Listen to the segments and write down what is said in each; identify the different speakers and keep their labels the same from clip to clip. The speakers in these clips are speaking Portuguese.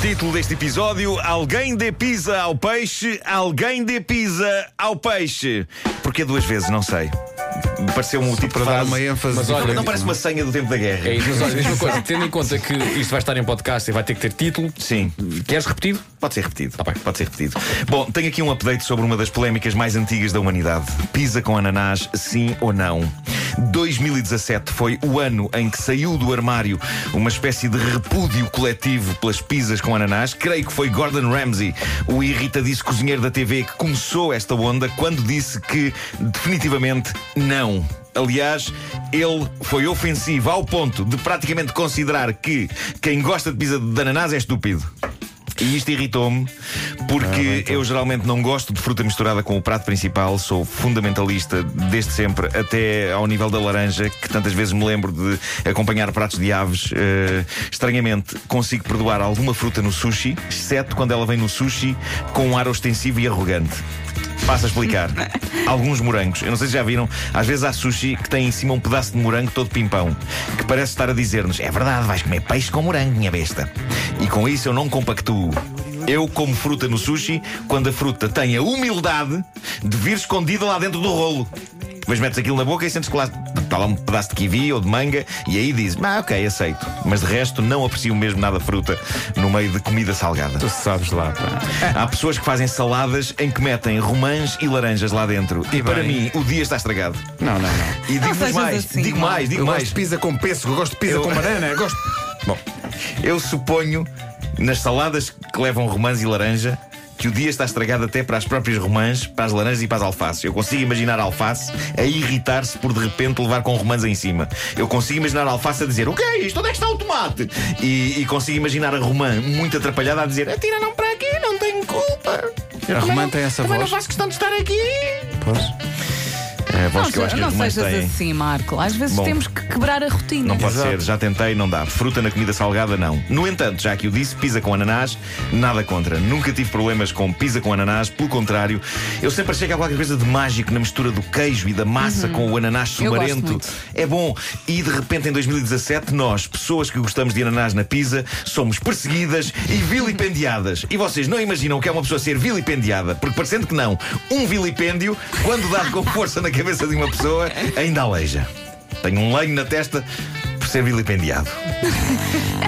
Speaker 1: Título deste episódio: Alguém dê pizza ao peixe, alguém dê pizza ao peixe. Porque duas vezes, não sei. Pareceu-me o tipo
Speaker 2: Para
Speaker 1: de
Speaker 2: dar
Speaker 1: frase-
Speaker 2: uma ênfase.
Speaker 3: Mas olha,
Speaker 2: diferente.
Speaker 1: Não parece uma senha do tempo da guerra.
Speaker 3: É isso, mas olha, diz uma coisa, tendo em conta que isto vai estar em podcast e vai ter que ter título,
Speaker 1: Sim.
Speaker 3: queres repetido?
Speaker 1: Pode ser repetido.
Speaker 3: Tá bem.
Speaker 1: Pode ser repetido. Bom, tenho aqui um update sobre uma das polémicas mais antigas da humanidade. Pisa com ananás, sim ou não? 2017 foi o ano em que saiu do armário uma espécie de repúdio coletivo pelas pizzas com ananás. Creio que foi Gordon Ramsay, o irritadíssimo cozinheiro da TV, que começou esta onda quando disse que definitivamente não. Aliás, ele foi ofensivo ao ponto de praticamente considerar que quem gosta de pizza de ananás é estúpido. E isto irritou-me porque eu geralmente não gosto de fruta misturada com o prato principal, sou fundamentalista desde sempre, até ao nível da laranja, que tantas vezes me lembro de acompanhar pratos de aves. Eh, estranhamente, consigo perdoar alguma fruta no sushi, exceto quando ela vem no sushi com um ar ostensivo e arrogante. Passo a explicar. Alguns morangos, eu não sei se já viram, às vezes há sushi que tem em cima um pedaço de morango todo pimpão, que parece estar a dizer-nos: é verdade, vais comer peixe com morango, minha besta. E com isso eu não compactuo. Eu como fruta no sushi quando a fruta tem a humildade de vir escondida lá dentro do rolo. Mas metes aquilo na boca e sentes que lá está lá um pedaço de kiwi ou de manga e aí dizes, ah, ok, aceito. Mas de resto não aprecio mesmo nada fruta no meio de comida salgada.
Speaker 3: Sabes lá,
Speaker 1: Há pessoas que fazem saladas em que metem romãs e laranjas lá dentro. E, para mim, o dia está estragado.
Speaker 2: Não, não, não.
Speaker 1: E digo-vos
Speaker 4: sejas
Speaker 1: mais,
Speaker 4: assim,
Speaker 1: digo
Speaker 4: Paulo.
Speaker 1: mais, digo
Speaker 2: Eu gosto
Speaker 1: mais.
Speaker 2: de pizza com pêssego, eu gosto de pizza
Speaker 1: Eu-
Speaker 2: com banana, eu gosto. Bom,
Speaker 1: Eu suponho, nas saladas que levam romãs e laranja, que o dia está estragado até para as próprias romãs, para as laranjas e para as alfaces. Eu consigo imaginar a alface a irritar-se por de repente levar com romãs em cima. Eu consigo imaginar a alface a dizer: O que é isto? Onde é que está o tomate? E, e consigo imaginar a romã muito atrapalhada a dizer: Atira não para aqui, não tenho culpa. Eu é também
Speaker 2: A romã
Speaker 1: não-
Speaker 2: tem essa
Speaker 1: também
Speaker 2: voz?
Speaker 1: não faço questão de estar aqui.
Speaker 2: pois.
Speaker 1: É, voz
Speaker 4: Não,
Speaker 1: que eu acho que
Speaker 4: não
Speaker 1: as romãs
Speaker 4: sejas
Speaker 1: têm.
Speaker 4: assim, Marco. Às vezes
Speaker 1: Bom.
Speaker 4: temos que quebrar a rotina.
Speaker 1: Não pode
Speaker 2: Exato.
Speaker 1: ser, já tentei, não dá. Fruta na comida salgada, não. No entanto, já que o disse, pizza com ananás, nada contra. Nunca tive problemas com pizza com ananás, pelo contrário, eu sempre achei que há qualquer coisa de mágico na mistura do queijo e da massa com o ananás
Speaker 4: Eu gosto
Speaker 1: sumarento.
Speaker 4: muito.
Speaker 1: É bom. E de repente, em 2017, nós, pessoas que gostamos de ananás na pizza, somos perseguidas e vilipendiadas. E vocês não imaginam o que é uma pessoa ser vilipendiada, porque parecendo que não, um vilipêndio, quando dado com força na cabeça de uma pessoa, ainda aleija. Tenho um lenho na testa por ser vilipendiado.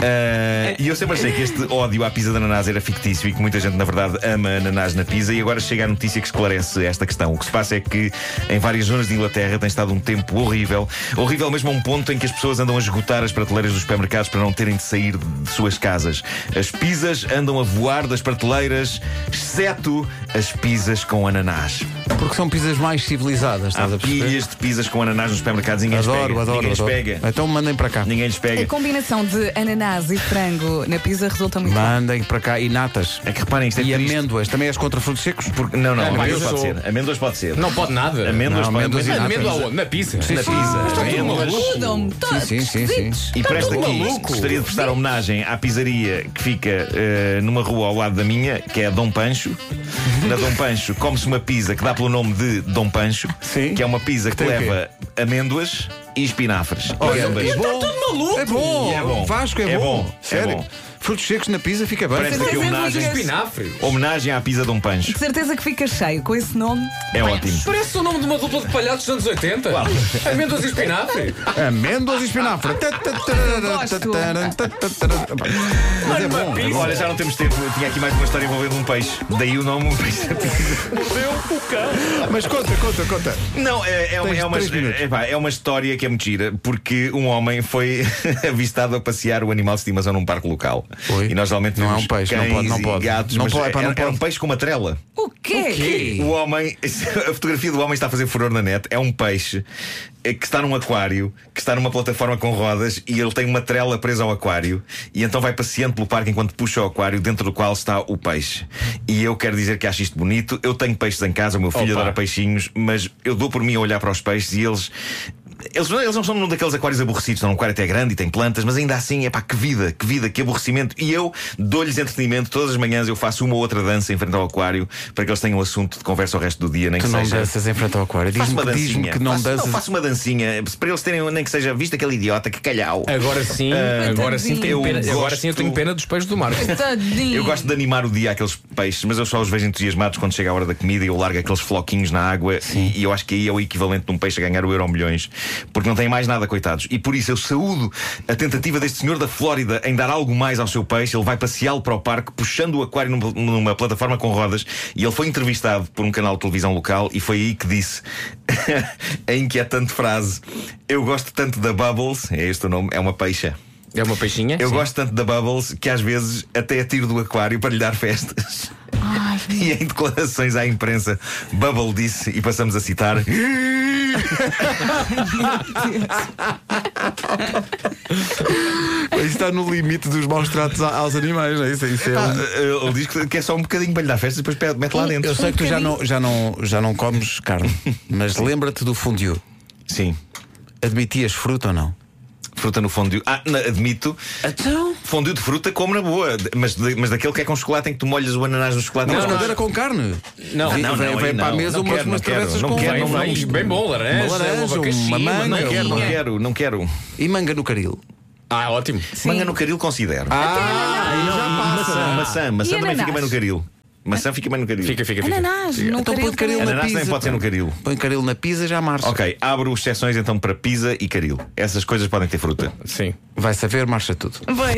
Speaker 1: Ah, E eu sempre achei que este ódio à pizza de ananás era fictício e que muita gente, na verdade, ama ananás na pizza. E agora chega a notícia que esclarece esta questão. O que se passa é que em várias zonas de Inglaterra tem estado um tempo horrível. Horrível mesmo a um ponto em que as pessoas andam a esgotar as prateleiras dos supermercados para não terem de sair de suas casas. As pizzas andam a voar das prateleiras, exceto as pizzas com ananás.
Speaker 2: Porque são pizzas mais civilizadas,
Speaker 1: Há
Speaker 2: estás a perceber?
Speaker 1: pilhas de pizzas com ananás nos supermercados. Ninguém lhes
Speaker 2: Adoro,
Speaker 1: pega.
Speaker 2: adoro,
Speaker 1: Ninguém lhes
Speaker 2: adoro.
Speaker 1: pega.
Speaker 2: Então mandem para cá.
Speaker 1: Ninguém lhes pega.
Speaker 4: A combinação de ananás e frango na pizza resulta muito bem.
Speaker 2: Mandem para cá. E natas.
Speaker 1: É que reparem, isto é
Speaker 2: E
Speaker 1: triste.
Speaker 2: amêndoas. Ah, Também és contra frutos secos?
Speaker 1: Porque- não, não,
Speaker 3: Amêndoas
Speaker 1: amêndoas pode
Speaker 3: ou-
Speaker 1: ser. Amêndoas pode ser.
Speaker 3: Não pode nada.
Speaker 1: Amêndoas,
Speaker 2: Não,
Speaker 1: pode-
Speaker 2: amêndoas e
Speaker 3: Mas
Speaker 2: natas.
Speaker 3: Amêndoas aonde? Na pizza?
Speaker 1: Na pizza. amêndoas.
Speaker 4: Mudam-me todos.
Speaker 2: Sim, sim, sim, sim.
Speaker 1: E presta
Speaker 3: tudo
Speaker 1: aqui,
Speaker 3: maluco.
Speaker 1: gostaria de prestar homenagem à pizzaria que fica eh, numa rua ao lado da minha, que é a Dom Pancho. Na Dom Pancho come-se uma pizza que dá pelo nome de Dom Pancho,
Speaker 2: Sim.
Speaker 1: que é uma pizza que,
Speaker 2: tem o quê?
Speaker 1: leva amêndoas e espinafres. E ambas.
Speaker 2: é bom. É bom.
Speaker 1: E é bom.
Speaker 2: Vasco, é,
Speaker 1: É
Speaker 2: bom.
Speaker 1: bom. É
Speaker 2: Sério.
Speaker 1: bom.
Speaker 2: Frutos secos na pizza fica bem.
Speaker 1: Parece
Speaker 4: Mas
Speaker 1: aqui
Speaker 4: é
Speaker 1: homenagem,
Speaker 4: hambúrguer.
Speaker 3: Espinafre.
Speaker 1: homenagem à pizza Dom Pancho.
Speaker 4: De certeza que fica cheio com esse nome.
Speaker 1: É ótimo.
Speaker 3: Parece o nome de uma dupla de palhaços dos anos 80. Amêndoas e espinafre.
Speaker 2: Amêndoas e espinafre.
Speaker 4: gosto.
Speaker 2: Mas é bom. é bom.
Speaker 1: Olha, já não temos tempo. Eu tinha aqui mais uma história envolvendo um peixe. Daí o nome peixe da pizza.
Speaker 2: Mas conta, conta, conta.
Speaker 1: Não, é, é uma,
Speaker 2: Tens
Speaker 1: é, uma,
Speaker 2: três minutos.
Speaker 1: é, pá, é uma história que é muito gira, porque um homem foi avistado a passear o animal de estimação num parque local.
Speaker 2: Oi?
Speaker 1: E nós geralmente
Speaker 2: Não é
Speaker 1: vemos
Speaker 2: um peixe, não
Speaker 1: cães
Speaker 2: pode, não
Speaker 1: e
Speaker 2: pode.
Speaker 1: Gatos,
Speaker 2: Não
Speaker 1: mas
Speaker 2: pode, pá, não
Speaker 1: era, era um
Speaker 2: pode.
Speaker 1: peixe com uma trela.
Speaker 4: O quê?
Speaker 1: O homem, a fotografia do homem está a fazer furor na net. É um peixe eh, que está num aquário, que está numa plataforma com rodas e ele tem uma trela presa ao aquário. E então vai passeando pelo parque enquanto puxa o aquário, dentro do qual está o peixe. E eu quero dizer que acho isto bonito. Eu tenho peixes em casa, o meu filho
Speaker 3: Opa.
Speaker 1: adora peixinhos, mas eu dou por mim a olhar para os peixes e eles. eles, não- eles não estão num daqueles aquários aborrecidos, estão num aquário até é grande e tem plantas, mas ainda assim, é pá, que vida, que vida, que aborrecimento. E eu dou-lhes entretenimento, todas as manhãs eu faço uma ou outra dança em frente ao aquário para que eles tenham assunto de conversa o resto do dia, nem
Speaker 5: Tu
Speaker 1: que
Speaker 5: não
Speaker 1: seja.
Speaker 5: danças em frente ao aquário.
Speaker 1: Faço
Speaker 5: Diz-me
Speaker 1: uma dancinha.
Speaker 5: diz que não
Speaker 1: faço,
Speaker 5: danças.
Speaker 1: Não, faço uma dancinha para eles terem, nem que seja, visto aquele idiota, que calhau.
Speaker 3: Agora sim,
Speaker 5: Ah,
Speaker 3: agora sim, tenho
Speaker 1: Eu
Speaker 3: pena, agora
Speaker 1: gosto-
Speaker 3: sim eu tenho pena dos peixes do mar.
Speaker 4: Tadinho.
Speaker 1: Eu gosto de animar o dia àqueles peixes, mas eu só os vejo entusiasmados quando chega a hora da comida e eu largo aqueles floquinhos na água. E, e eu acho que aí é o equivalente de um peixe a ganhar o euro milhões, porque não tem mais nada, coitados. E por isso eu saúdo a tentativa deste senhor da Flórida em dar algo mais ao seu peixe. Ele vai passeá-lo para o parque, puxando o aquário num- numa plataforma com rodas. E ele foi entrevistado por um canal de televisão local e foi aí que disse a inquietante frase: Eu gosto tanto da Bubbles, é este o nome, é uma peixa.
Speaker 3: É uma peixinha?
Speaker 1: Eu
Speaker 3: Sim.
Speaker 1: gosto tanto da Bubbles que às vezes até a tiro do aquário para lhe dar festas.
Speaker 4: Ai,
Speaker 1: E em declarações à imprensa, Bubble disse, e passamos a citar:
Speaker 2: Isso está no limite dos maus tratos a- aos animais, não é? Isso, isso é um-
Speaker 1: Ah, ele diz que que é só um bocadinho para lhe dar festas e depois pede- mete lá dentro.
Speaker 5: Eu sei que tu já não, já, não, já não comes carne, mas lembra-te do fundiu.
Speaker 1: Sim.
Speaker 5: Admitias fruta ou não?
Speaker 1: Fruta no fondue. Ah, na- admito.
Speaker 5: Então?
Speaker 1: Fondue de fruta como na boa, de- mas, de- mas daquele que é com chocolate em que tu molhas o ananás no chocolate.
Speaker 5: Não,
Speaker 1: Mas
Speaker 5: não,
Speaker 1: quando
Speaker 5: era com carne.
Speaker 3: Não,
Speaker 5: Vem-
Speaker 1: não,
Speaker 5: vem,
Speaker 1: não,
Speaker 5: vem
Speaker 1: aí
Speaker 5: para a
Speaker 1: não.
Speaker 5: mesa
Speaker 1: Não
Speaker 5: umas,
Speaker 1: quero,
Speaker 5: umas
Speaker 1: não quero,
Speaker 5: travessas
Speaker 1: não
Speaker 5: com
Speaker 1: quero, um.
Speaker 5: carne.
Speaker 1: não
Speaker 3: Bem, bem bom, laranja,
Speaker 5: Uma laranja,
Speaker 3: um abacaxi,
Speaker 5: uma manga,
Speaker 3: uma
Speaker 1: Não quero, não
Speaker 3: melancia.
Speaker 1: quero, não quero.
Speaker 5: E manga no caril.
Speaker 3: Ah, ótimo.
Speaker 1: Manga no caril considero.
Speaker 2: Ah, aí já passa.
Speaker 1: maçã, maçã, maçã também
Speaker 4: ananás?
Speaker 1: fica bem no caril. Maçã fica bem no caril.
Speaker 3: Fica, fica, fica.
Speaker 4: Ananás, não
Speaker 5: Então põe de caril na
Speaker 1: Ananás
Speaker 5: pizza.
Speaker 1: também Ah, pode um ser no caril.
Speaker 5: Põe caril na pizza já marcha.
Speaker 1: Ok, abro exceções então para pizza e caril. Essas coisas podem ter fruta.
Speaker 3: Sim.
Speaker 5: Vai saber, marcha tudo.
Speaker 4: Vai.